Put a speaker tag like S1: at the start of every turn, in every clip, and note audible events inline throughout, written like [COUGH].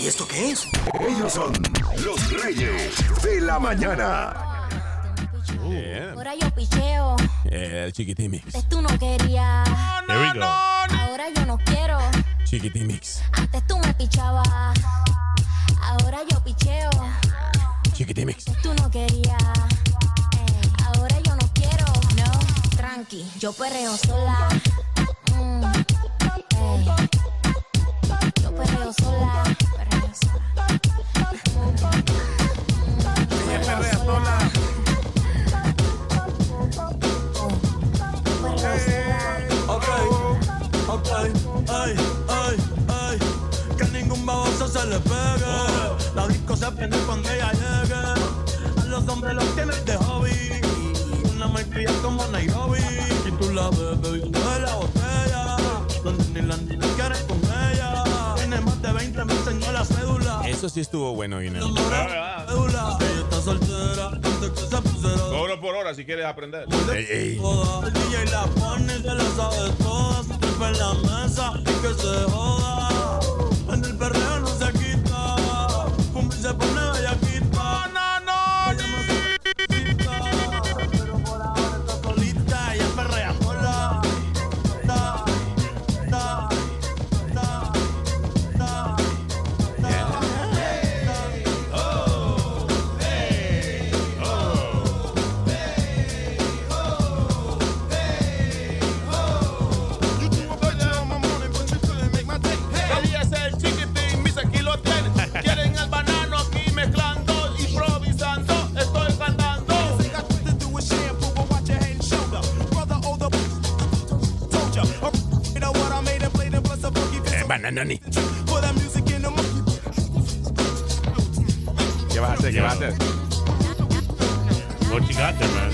S1: ¿Y esto qué es?
S2: Ellos son los reyes de la mañana.
S3: Ahora yo picheo,
S4: El chiquitimix.
S3: antes tú no querías,
S4: There we go.
S3: ahora yo no quiero,
S4: Chiquitimix.
S3: antes tú me pichabas, ahora yo picheo,
S4: Chiquitimix.
S3: antes tú no querías, Ey, ahora yo no quiero, no, tranqui, yo perreo sola, Mm, ey. yo perreo sola, perreo sola.
S5: Perrea sola.
S3: Yo perreo sola.
S6: Ok, ok, ay, ay, ay. Que ningún baboso se le pegue. La disco se prende cuando ella llegue. A los hombres los tienes de hobby. Una maestría como Nairobi. Y tú la ves bebiendo de la botella. Donde ni la niña quiere con ella. Tiene más de 20, me enseñó la cédula.
S4: Eso sí estuvo bueno, Guineo.
S6: La cédula. Ella está soltera, antes que se pusiera
S7: Cobro por hora si quieres aprender.
S4: Ey, ey.
S6: Toda. El DJ la pone y se la sabe toda. Se trepa en la mesa y que se joda. En el perreo no se quita. Pumbi se pone bellaquita. No, no, no. Pero por ahora está solita. Ella perrea sola. Ta, ta, ta, ta, ta.
S7: Ahí es el chiquitín, mis aquí lo tienen. Quieren al banano aquí mezclando, improvisando, estoy cantando.
S4: Eh, bananoni.
S7: ¿Qué vas a hacer? ¿Qué vas a hacer?
S5: What you got there, man?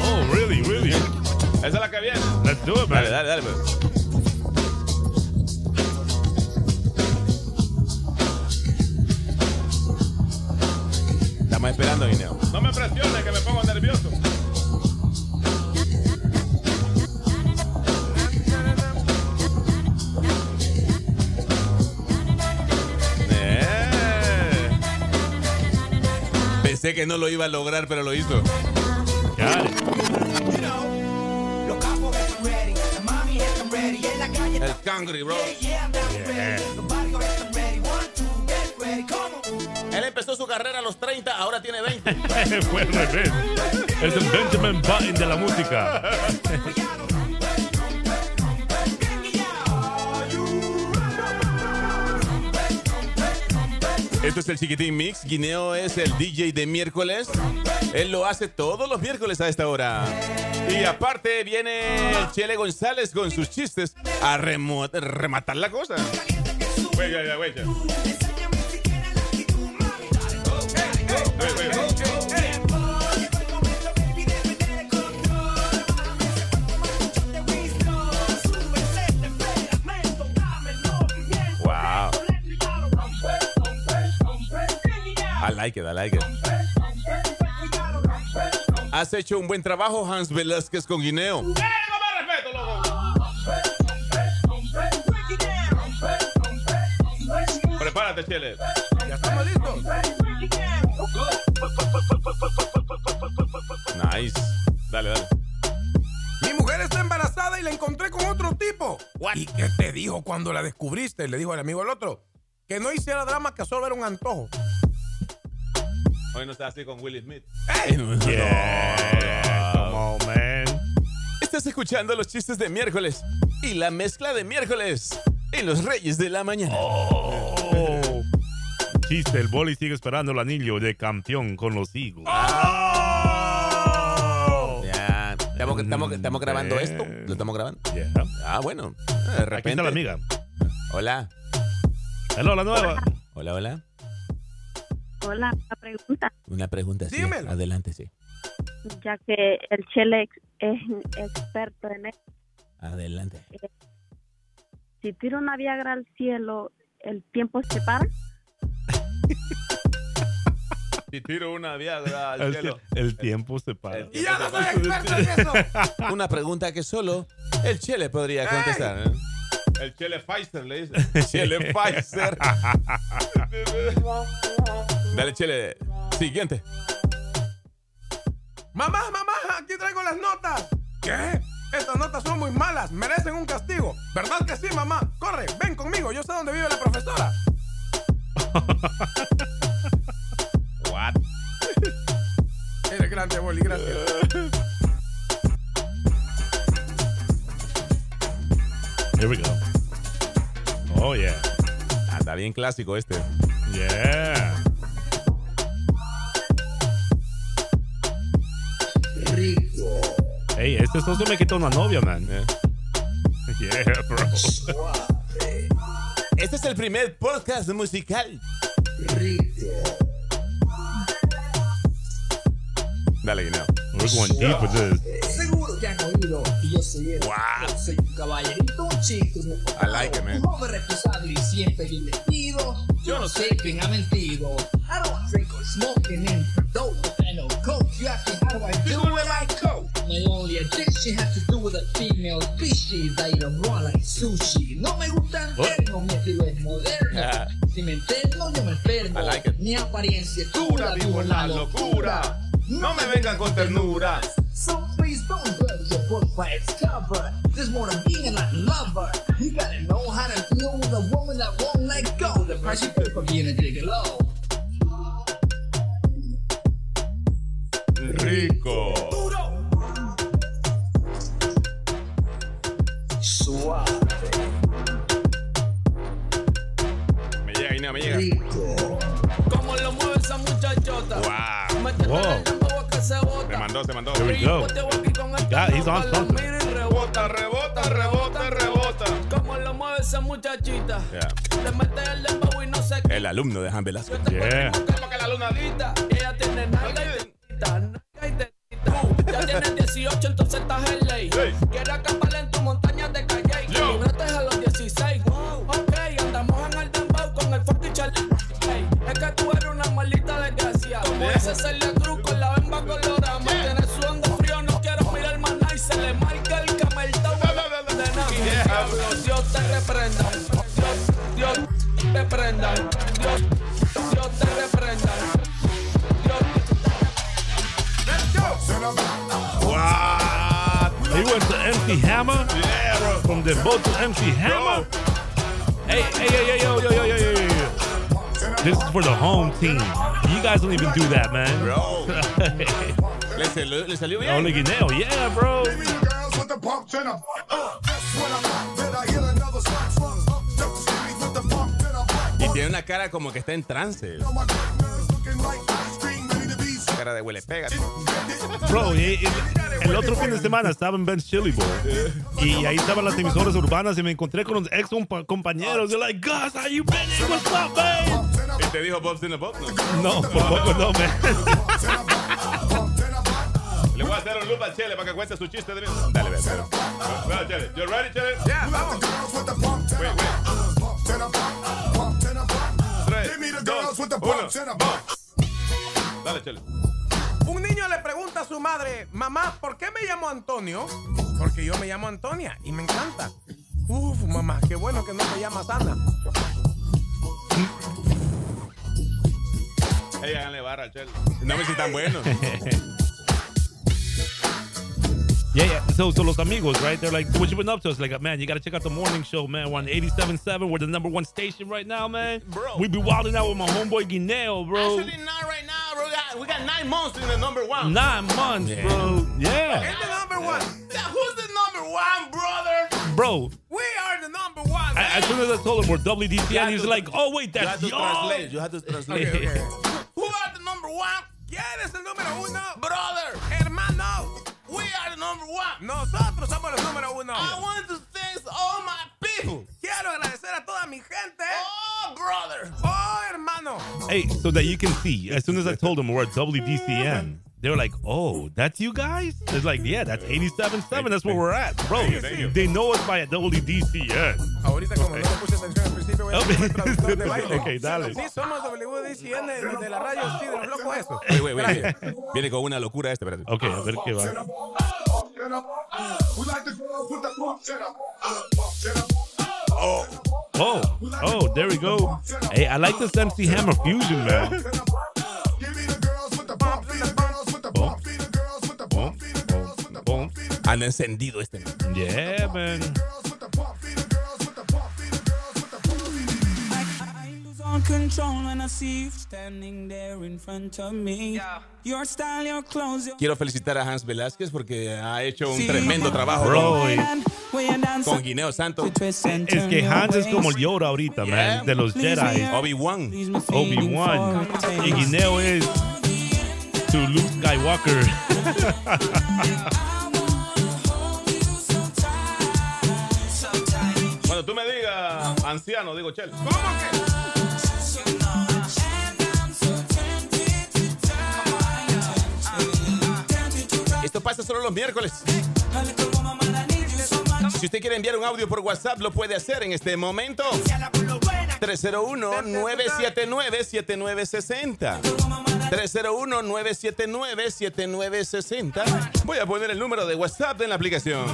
S5: Oh, really, really?
S7: Esa es la que viene.
S5: Let's do
S7: Dale,
S5: it, man.
S7: dale, dale. pues.
S4: Estamos esperando, Guineo.
S7: No me presiones que me pongo nervioso. Eh.
S4: Pensé que no lo iba a lograr, pero lo hizo.
S5: Got it.
S4: El Cangri, bro.
S7: Él empezó su carrera a los 30, ahora tiene 20.
S5: Fue al revés. Es el Benjamin Button de la música.
S4: Esto es el Chiquitín Mix. Guineo es el DJ de miércoles. Él lo hace todos los miércoles a esta hora. Y aparte viene el Chele González con sus chistes a remo- rematar la cosa.
S7: Wait, wait, wait, wait. Wait, wait, wait.
S4: Wow. I like it, I like it. Has hecho un buen trabajo, Hans Velázquez, con Guineo.
S7: ¡No me respeto, loco! Prepárate, Chele.
S4: Nice. Dale, dale.
S1: Mi mujer está embarazada y la encontré con otro tipo. ¿Y qué te dijo cuando la descubriste? Le dijo el amigo al otro. Que no hiciera drama, que solo era un antojo.
S7: Hoy no está así con Will Smith.
S4: Ah,
S5: Yeah. Come on, man.
S4: Estás escuchando los chistes de miércoles y la mezcla de miércoles en los Reyes de la Mañana.
S5: Oh. Chiste, el boli sigue esperando el anillo de campeón con los Eagles.
S4: Ah. Ya, estamos, estamos- estamos grabando esto. Lo estamos grabando.
S5: Yeah.
S4: Ah, bueno. De
S5: Aquí
S4: repente.
S5: está la amiga.
S4: Hola.
S5: Hello, la nueva.
S4: Hola, hola.
S8: Hola, la pregunta,
S4: Una pregunta. sí.
S1: Dímelo.
S4: Adelante, sí.
S8: ya que el Chele ex- es experto en esto.
S4: Adelante.
S8: Si tiro una Viagra al cielo, ¿el tiempo se para?
S7: Si tiro una viagra
S5: [LAUGHS]
S7: al
S5: El,
S7: cielo.
S5: el tiempo se para.
S1: Y ya no soy experto en eso.
S4: Una pregunta que solo el Chele podría contestar. ¿eh? [LAUGHS]
S7: El Chele Pfizer le dice.
S4: Chele Pfizer. Dale, Chele. Siguiente.
S1: Mamá, mamá, aquí traigo las notas. ¿Qué? Estas notas son muy malas, merecen un castigo. ¿Verdad que sí, mamá? Corre, ven conmigo, yo sé dónde vive la profesora.
S4: What?
S1: Eres grande, Boli, gracias.
S5: Here we go. Oh, yeah.
S4: Ah, está bien clásico este.
S5: Yeah. Rico. Hey, este socio me quitó una novia, man.
S4: Eh.
S5: Yeah, bro.
S4: Este es el primer podcast musical. Dale, Guineo.
S5: We're going deep with this.
S9: Seguro que han oído que yo soy el
S4: Wow.
S9: soy un caballerito, un chico, un
S4: I like it, man.
S9: un hombre responsable y siempre bien vestido. Yo no sé quién ha mentido. I don't drink or smoke and then dope and no coke. You ask me how do I do it I coke. My only addiction has to do with a female species. I don't want like sushi. No me gusta enfermo, mi estilo es moderno.
S1: [LAUGHS]
S4: Ah.
S9: Si me enfermo, yo me enfermo.
S4: I like it.
S9: Mi apariencia es
S7: Dura,
S9: dura,
S7: vivo en la locura. No me vengan con ternura.
S9: So please don't judge your book by its cover. There's more to being a lover. You gotta know how to deal with a woman that won't let go. The price you pay for being a gigolo.
S4: Rico. Me llega, Guineo, me llega.
S10: Como lo mueve esa muchachota.
S4: Wow.
S10: Métetela
S5: Wow.
S10: en la boca que se
S4: Se
S10: bota.
S4: mandó, se mandó.
S5: Here we go.
S10: Ponte aquí con esta
S5: Yeah, he's
S10: loca,
S5: on
S10: la
S5: something.
S10: mira y rebota.
S4: Rebota, rebota, rebota, rebota.
S10: Como lo mueve esa muchachita.
S4: Yeah.
S10: Le mete el dembow y no se quita.
S4: El alumno de Han Velasco.
S5: Yeah.
S10: Como que la luna grita. Y Ella tiene nalga y tetita, nalga y tetita. Ya tiene 18, entonces estás en ley.
S4: Hey.
S10: Quiere acampar en tu montaña de calle. Y
S4: Yo.
S10: libraste a los 16. Ok, andamos en el dembow con el fucking Charlie. Hey, es que tú eres una maldita desgracia. Como ese Celia Cruz con la bemba colorada. Me tienes sudando frío, no quiero mirar más nada. Y se le marca el camelto. De nada. Diablo, Dios te reprenda. Dios, Dios te prenda. Dios, Dios te reprenda. Dios.
S4: What?
S5: He went to MC Hammer.
S4: Yeah, bro.
S5: From the boat to MC Hammer. Hey, hey, hey, hey, yo, yo, yo, yo, yo, yo, yo. This is for the home team. You guys don't even do that, man.
S4: Bro. Le salió, le salió bien.
S5: Only Guineo, yeah, bro.
S4: Y tiene una cara como que está en trance. Cara de huele pega.
S5: Bro, y- y- el otro fin de semana estaba en Ben's Chili Bowl y ahí estaban las emisoras urbanas y me encontré con unos ex compa- compañeros. They're like, Gus, how you been? Hey, What's up, man?
S4: ¿Y te dijo Bob's in the Bob? No.
S5: No, [LAUGHS] tampoco no, man.
S4: Le voy a hacer un loop a Chele para que cuente su chiste de mí. Dale, ve. ve. Bueno, Chele. You ready, Chele?
S1: Ya, vamos.
S4: Wait, wait. Tres, dos, uno, va. Dale, Chele.
S1: Un niño le pregunta a su madre, mamá, ¿por qué me llamo Antonio? Porque yo me llamo Antonia y me encanta. Uf, mamá, qué bueno que no te llamas Ana.
S4: Ey, háganle barra al Chele. No me si tan bueno. [LAUGHS]
S5: Yeah, yeah. So, so los amigos, right? They're like, what you been up to? It's like, man, you gotta check out the morning show, man. We're on 87.7. We're the number one station right now, man.
S4: Bro.
S5: We be wilding out with my homeboy Guineo, bro.
S4: Actually, not right now, bro. We got- We got nine months in the number one.
S5: Nine months,
S4: Yeah.
S5: bro. Yeah.
S1: Es the number one.
S4: Who's the number one, brother?
S5: Bro,
S1: We are the number one.
S5: I, as soon as I told him we're WDTN, he was
S4: to-
S5: like, oh, wait,
S4: You have
S5: that's
S4: to
S5: y'all.
S4: translate. You have to [LAUGHS] translate.
S1: Ok, ok.
S4: Who are the number one?
S1: ¿Quién es el número uno?
S4: Brother,
S1: Hermano,
S4: we are the number one.
S1: nosotros somos los número uno.
S4: I want to thank all my people.
S1: Quiero agradecer a toda mi gente.
S4: Oh, brother.
S1: Oh, hermano.
S5: [LAUGHS] Hey, so that you can see, as soon as I told them we're at WDCN, they were like, oh, that's you guys? It's like, yeah, that's 87.7. That's where we're at, bro.
S4: Thank you, thank you.
S5: They know us by a WDCN.
S1: Ahorita como no le puse atención al principio voy a hacer el traductor de baile.
S5: Ok, dale.
S1: Sí, somos WDCN de, de la radio, sí, de los locos eso.
S4: Wait, wait, wait. Viene con una locura este, espérate.
S5: Okay, a ver qué va.
S4: Oh,
S5: Oh, oh, there we go. Hey, I like this MC Hammer fusion, man. Oh,
S4: Han encendido este.
S5: Yeah, man.
S11: on control when I see you standing there in front of me. Your style, your clothes, your
S4: Quiero felicitar a Hans Velázquez porque ha hecho un
S11: Sí.
S4: tremendo trabajo
S5: Bro,
S4: con,
S5: y-
S11: way and dance.
S4: con Guineo Santo.
S5: Es que Hans es como el Yoda ahorita, man, de los Jedi.
S4: Obi-Wan.
S5: Obi-Wan. Y Guineo es to Luke Skywalker.
S4: Cuando tú me digas anciano, digo Chel. Esto pasa solo los miércoles. Si usted quiere enviar un audio por WhatsApp, lo puede hacer en este momento. 301-979-7960. 301-979-7960. Voy a poner el número de WhatsApp en la aplicación.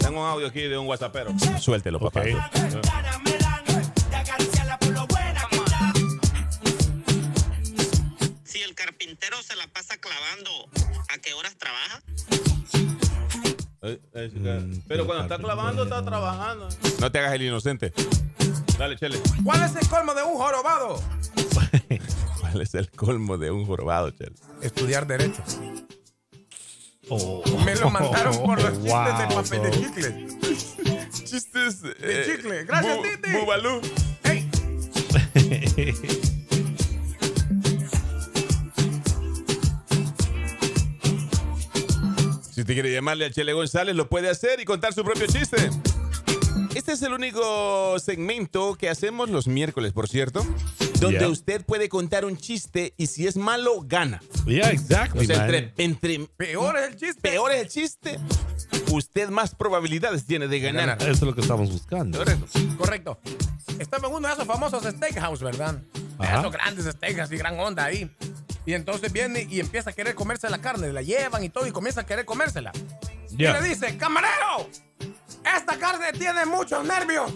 S4: Tengo un audio aquí de un WhatsAppero. Suéltelo, papá.
S12: Si el carpintero se la pasa clavando, ¿a qué horas trabaja?
S4: Eh, Pero cuando está clavando, está trabajando. Mm, No te hagas el inocente. Dale, Chele.
S1: ¿Cuál es el colmo de un jorobado?
S4: ¿Cuál es el colmo de un jorobado, Chele?
S1: Estudiar derecho.
S5: Oh.
S1: Me lo mandaron por los chistes de
S4: Oh, Wow,
S1: papel de
S4: bro.
S1: chicle.
S4: Chistes eh,
S1: de chicle. Gracias,
S4: Bu-
S1: Titi.
S4: Bubalú. Si usted quiere llamarle a Chele González, lo puede hacer y contar su propio chiste. Este es el único segmento que hacemos los miércoles, por cierto, donde
S5: Yeah.
S4: usted puede contar un chiste y si es malo, gana.
S5: Yeah, exactly,
S4: O sea,
S5: man.
S4: entre, entre peor es el chiste. Peor es el chiste. Usted más probabilidades tiene de ganar.
S5: Eso es lo que estamos buscando.
S4: Correcto.
S1: Correcto. Estaba en uno de esos famosos steakhouse, ¿verdad? De
S5: Ajá.
S1: esos grandes steakhouse y gran onda ahí. Y entonces viene y empieza a querer comerse la carne. La llevan y todo y comienza a querer comérsela.
S5: Ya.
S1: Y le dice, camarero, esta carne tiene muchos nervios.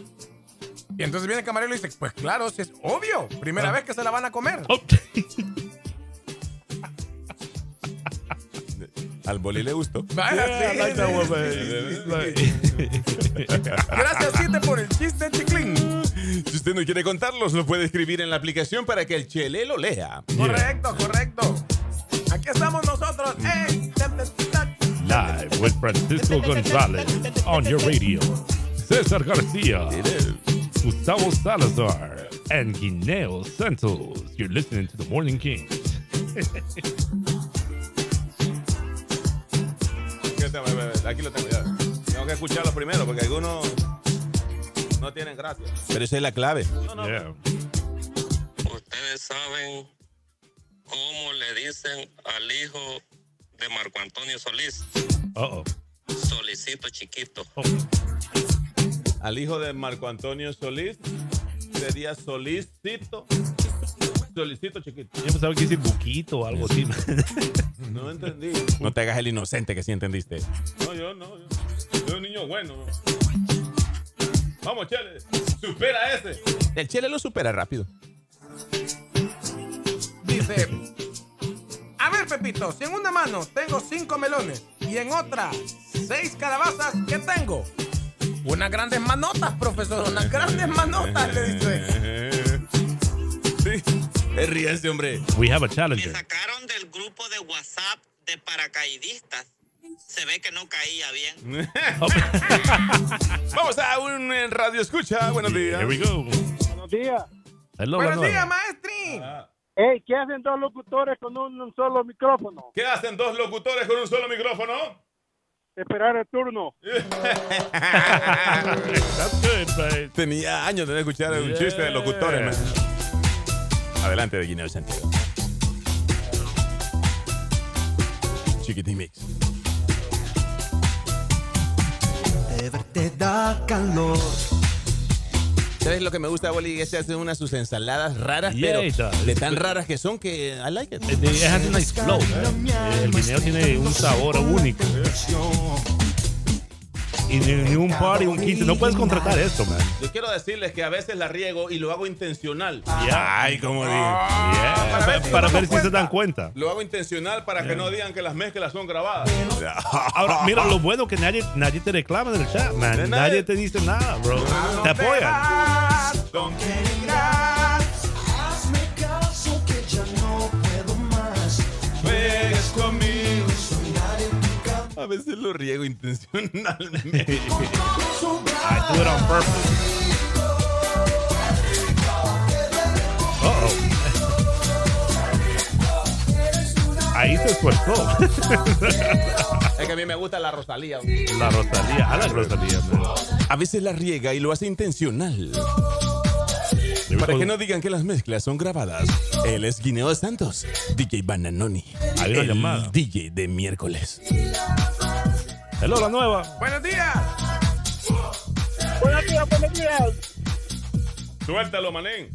S1: Y entonces viene el camarero y le dice, pues claro, si es obvio. Primera
S4: Ah.
S1: vez que se la van a comer.
S5: Oh,
S4: Al boli le gustó.
S1: Vaya, Ah, sí, sí, sí, [LAUGHS] Gracias, Tite, por el chiste, chiclín.
S4: Si usted no quiere contarlos, lo puede escribir en la aplicación para que el Chele lo lea.
S1: Correcto, correcto. Aquí estamos nosotros. ¡Ey!
S5: Live with Francisco González on your radio. César García, Gustavo Salazar, and Guineo Santos. You're listening to the Morning King.
S4: Aquí lo tengo, aquí lo tengo, ya. Tengo que escucharlo primero porque algunos no tienen gracia. Pero esa es la clave.
S13: Ustedes saben cómo le dicen al hijo de Marco Antonio Solís.
S5: Uh-oh.
S13: Solicito chiquito.
S4: Al hijo de Marco Antonio Solís sería Solicito. Solicito chiquito.
S5: Yo pensaba que decir buquito o algo [LAUGHS] así.
S4: No entendí. No te hagas el inocente que sí entendiste. No, yo no. Yo soy un niño bueno. Vamos, Chele. Supera ese. El Chele lo supera rápido.
S1: Dice, a ver, Pepito, si en una mano tengo cinco melones y en otra seis calabazas, ¿qué tengo? Unas grandes manotas, profesor, unas grandes manotas, le dice.
S4: Sí. Es ríense, hombre.
S5: We have a challenger.
S12: Sacaron del grupo de WhatsApp de paracaidistas. Se se ve que no caía bien.
S5: [LAUGHS]
S4: Vamos a un eh, radio escucha. Buenos días.
S5: Here we go.
S14: Buenos días.
S5: Hello,
S14: Buenos
S5: Manuel.
S14: días, maestri. Hey, ¿qué hacen dos locutores con un, un solo micrófono?
S4: ¿Qué hacen dos locutores con un solo micrófono?
S14: Esperar el turno.
S4: Tenía años de no escuchar un chiste de locutores, man. Adelante de Guineo Santiago. Chiquitín Mix.
S15: De verte da calor.
S4: ¿Sabes lo que me gusta, Boli? Es que hace unas sus ensaladas raras,
S5: Yeah, it
S4: pero
S5: does.
S4: de tan raras que son que I like it.
S5: It has a nice flow. man. El guineo tiene un sabor único. Y ni, ni un par y un quince. No puedes contratar esto, man.
S4: Yo quiero decirles que a veces la riego y lo hago intencional.
S5: Ay, como digo. para ver, si se dan cuenta.
S4: Lo hago intencional para que no digan que las mezclas son grabadas.
S5: Ahora, mira, lo bueno que nadie, nadie te reclama en el chat, man. Nadie, te dice nada, bro. Te apoyan.
S15: Hazme caso que ya no puedo más. Juegues conmigo. Soñar en tu cama.
S4: A veces lo riego intencionalmente.
S5: I do it Ah, on purpose. Uh-oh. Ahí se esforzó.
S4: [LAUGHS] Es que a mí me gusta la Rosalía.
S5: la Rosalía. A la Rosalía, man.
S4: A veces la riega y lo hace intencional. Para que no digan que las mezclas son grabadas, él es Guineo Santos, DJ Bananoni,
S5: Hay una
S4: el
S5: llamada.
S4: DJ de miércoles.
S5: Hello, la nueva.
S1: Buenos días.
S14: Buenos días, buenos días.
S4: Suéltalo, manín.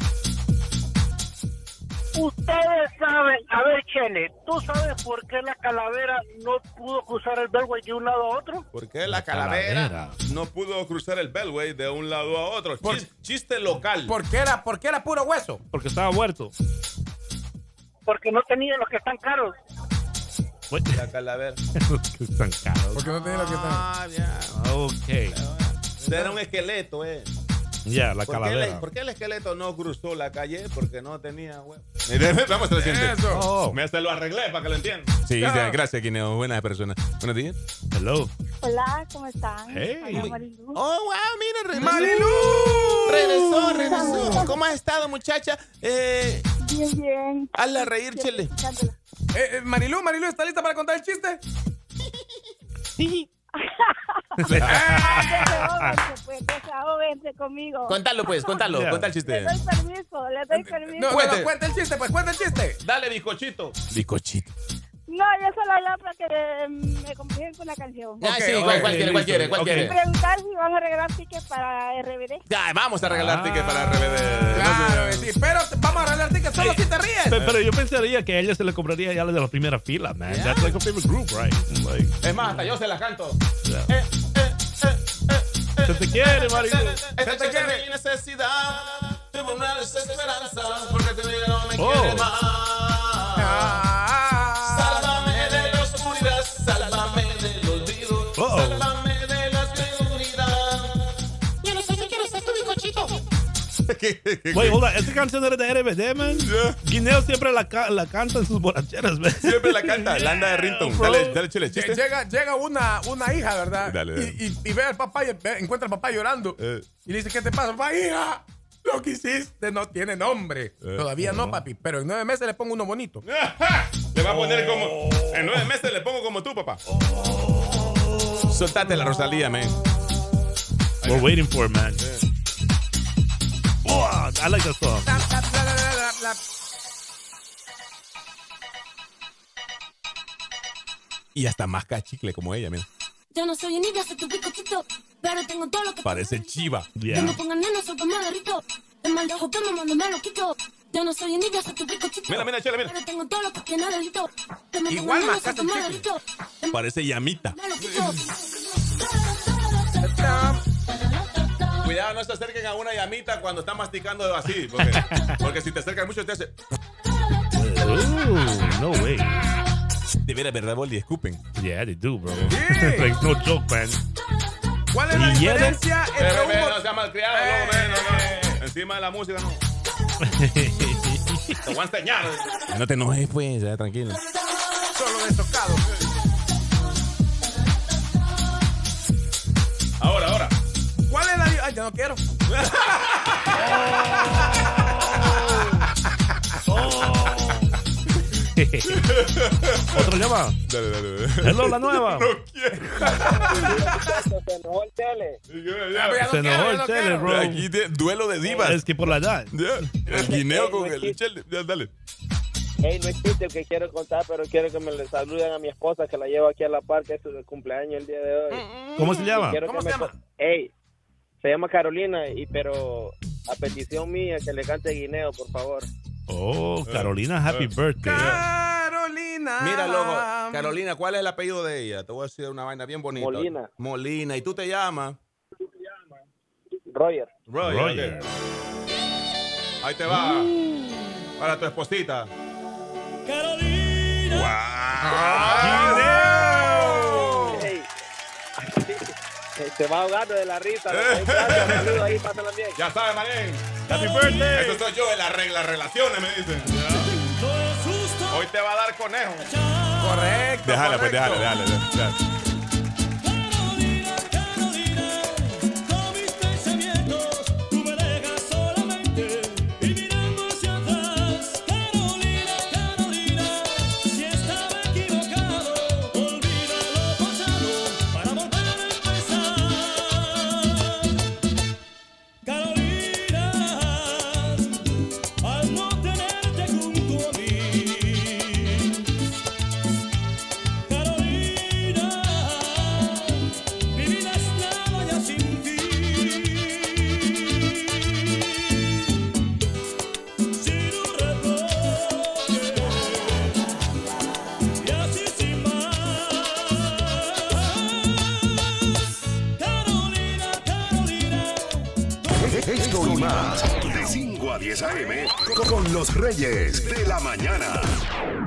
S14: Ustedes saben, a ver, Chele, ¿tú sabes por qué la calavera no pudo cruzar el Belway de un lado a otro?
S4: Porque la calavera, no pudo cruzar el Beltway de un lado a otro. Chis- chiste local.
S1: ¿Por qué era, por qué era puro hueso?
S5: Porque estaba muerto.
S14: Porque no tenía los que están caros.
S5: [LAUGHS]
S4: La calavera.
S5: Que Están caros.
S1: Porque no tenía los que están.
S4: Ah, ya.
S5: Ok.
S4: Era un esqueleto, eh.
S5: Ya, la
S4: ¿Por qué
S5: calavera.
S4: la- ¿Por qué el esqueleto no cruzó la calle? Porque no tenía huevo. Mire, Vamos a la siguiente.
S1: Eso.
S5: Oh.
S4: Me hasta lo arreglé para que lo entiendan. Sí,
S1: Ya.
S4: ya, gracias, Guineo. Buenas personas. Buenos días.
S5: Hello.
S16: Hola, ¿cómo están?
S4: Hey.
S16: Hola, Marilu.
S4: Oh, wow, mira, regresó.
S1: ¡Marilú!
S4: Regresó, regresó. ¿Cómo has estado, muchacha? Eh,
S16: Bien, bien.
S4: hazla reír, chele.
S1: Eh, eh, Marilú, Marilú, ¿está lista para contar el chiste?
S16: Desahóguense, pues, desahóguense conmigo.
S4: Contalo, pues, contalo.
S5: Ya.
S4: Contá el chiste.
S16: Le doy permiso, le doy permiso.
S1: No,
S16: No,
S1: no, no, cuenta el chiste, pues, cuenta el chiste.
S4: Dale, bizcochito. Bizcochito.
S16: yo solo hablaba para que eh, me compliquen con la canción.
S4: Ah,
S1: Ok,
S4: sí,
S1: ok,
S4: cuál, cuál quiere, cuál
S5: listo,
S4: quiere, cuál
S5: ok.
S4: quiere.
S16: Preguntar si van a regalar tickets para RBD.
S4: Ya, vamos a regalar
S5: Ah.
S4: ticket para RBD. [LAUGHS]
S1: Claro, que sí, pero te- vamos a arreglar tickets solo si te
S5: Pe-
S1: ríes.
S5: Pero, yo pensaría que a ella se le compraría ya la de la primera fila, man. That's like a favorite group, right? Mm, Like,
S4: Es más, hasta yo se las canto.
S5: se te quiere, Marilu.
S4: Esta chica tiene mi necesidad. Tuvo una desesperanza porque tu vida no me
S5: Oh.
S4: quiere más. Ah. Sálvame de la oscuridad, sálvame del olvido,
S5: Uh-oh.
S4: sálvame de la seguridad. Yo no sé si quieres ser tu bicochito.
S5: Wait, hold on. Esta canción era de RBD, man. Guineo siempre la, ca- la canta en sus borracheras, man.
S4: Siempre la canta, la anda de Rinton.
S5: bro.
S4: Dale, dale, chile,
S1: Lle-
S4: chiste.
S1: Llega, llega una, una hija, ¿verdad?
S4: Dale, dale.
S1: Y, y- y ve al papá y ve- encuentra al papá llorando.
S4: Eh.
S1: Y le dice, ¿qué te pasa? Papá, hija, lo que hiciste no tiene
S4: Eh,
S1: nombre. Todavía no, papi, pero en nueve meses le pongo uno bonito.
S4: [LAUGHS] Le va a poner como. En nueve meses le pongo como tú, papá. Soltate la Rosalía, man.
S5: We're waiting for it, man. Oh, I like that song.
S1: La, la, la, la, la, la, la.
S4: Y hasta más cachicle como ella, mira.
S17: Yo no soy envidia, soy tu picochito. Pero tengo todo lo que
S4: Parece chiva.
S17: Que
S5: Yeah.
S17: me pongan neno, soy como derrito. El mal de ojo que me mando me lo quito. Yo no soy envidia, soy tu picochito.
S4: Mira, mira, chela, mira.
S17: Pero tengo todo lo que tiene delito. Que me
S1: Igual
S17: pongan neno, soy
S1: mascaste
S17: como
S1: un
S17: derrito. El mal
S4: Parece llamita.
S17: me lo quito.
S4: Cuidado, no se acerquen a una llamita cuando está masticando así. Porque, porque si te acercas mucho, te hace.
S5: Ooh, no way.
S4: De veras, ¿verdad, Boli? Escupen.
S5: Yeah, they do, bro.
S1: Yeah.
S5: like, no joke, man.
S1: ¿Cuál es la
S5: Y hielo.
S1: diferencia
S4: Ve,
S1: entre
S4: ve, ve,
S1: un
S4: no
S1: bot-
S4: sea malcriado,
S1: Eh.
S4: no, ve, no, no. Encima de la música, [LAUGHS] no. Te voy a enseñar. No te enojes, pues, ya, tranquilo.
S1: solo de tocado?
S4: Ahora, ahora.
S18: ¿Cuál es la.? Ay, ya no quiero.
S5: Otro llama. Dale, dale, dale. Hello, la nueva.
S9: Se enojó el tele.
S5: Se enojó el tele, bro.
S4: Aquí te- duelo de divas.
S5: Es que por la edad.
S4: El guineo con el chele. Ya, Dale.
S9: Ey, no existe el que quiero contar, pero quiero que me le saluden a mi esposa que la llevo aquí a la parca, es su cumpleaños el día de hoy.
S5: ¿Cómo se llama?
S9: Y quiero que
S5: ¿Cómo
S9: me
S5: se
S9: co- Ey, se llama Carolina, y pero a petición mía que le cante Guineo, por favor.
S5: Oh, Carolina, happy birthday.
S18: Carolina.
S4: Mira, loco, Carolina, ¿cuál es el apellido de ella? Te voy a decir una vaina bien bonita.
S9: Molina.
S4: Molina. ¿Y tú te llamas?
S9: Roger.
S4: Roger.
S5: Roger.
S4: ok. Ahí te va.
S9: Mm.
S4: Para tu esposita.
S9: Ey. Se va ahogando de la risa. Ahí está, saludos, ahí, pásala bien.
S4: Eh. Ya sabes, Marín.
S5: Happy birthday.
S4: Eso soy yo en las reglas, relaciones, me dicen. Hoy te va a dar conejo.
S18: Correcto.
S4: Déjala, pues, déjala, déjala. déjala.
S6: Tú me dejas solamente y mirando hacia atrás. Carolina, Carolina, si estaba equivocado, olvida lo pasado para volver a empezar. Carolina, al no tenerte junto a mí. Carolina, mi vida es nada ya sin ti. Sin un reproche y así sin más. Carolina, Carolina.
S1: Esto y más. De 5 a 10 AM. Con los Reyes de la Mañana.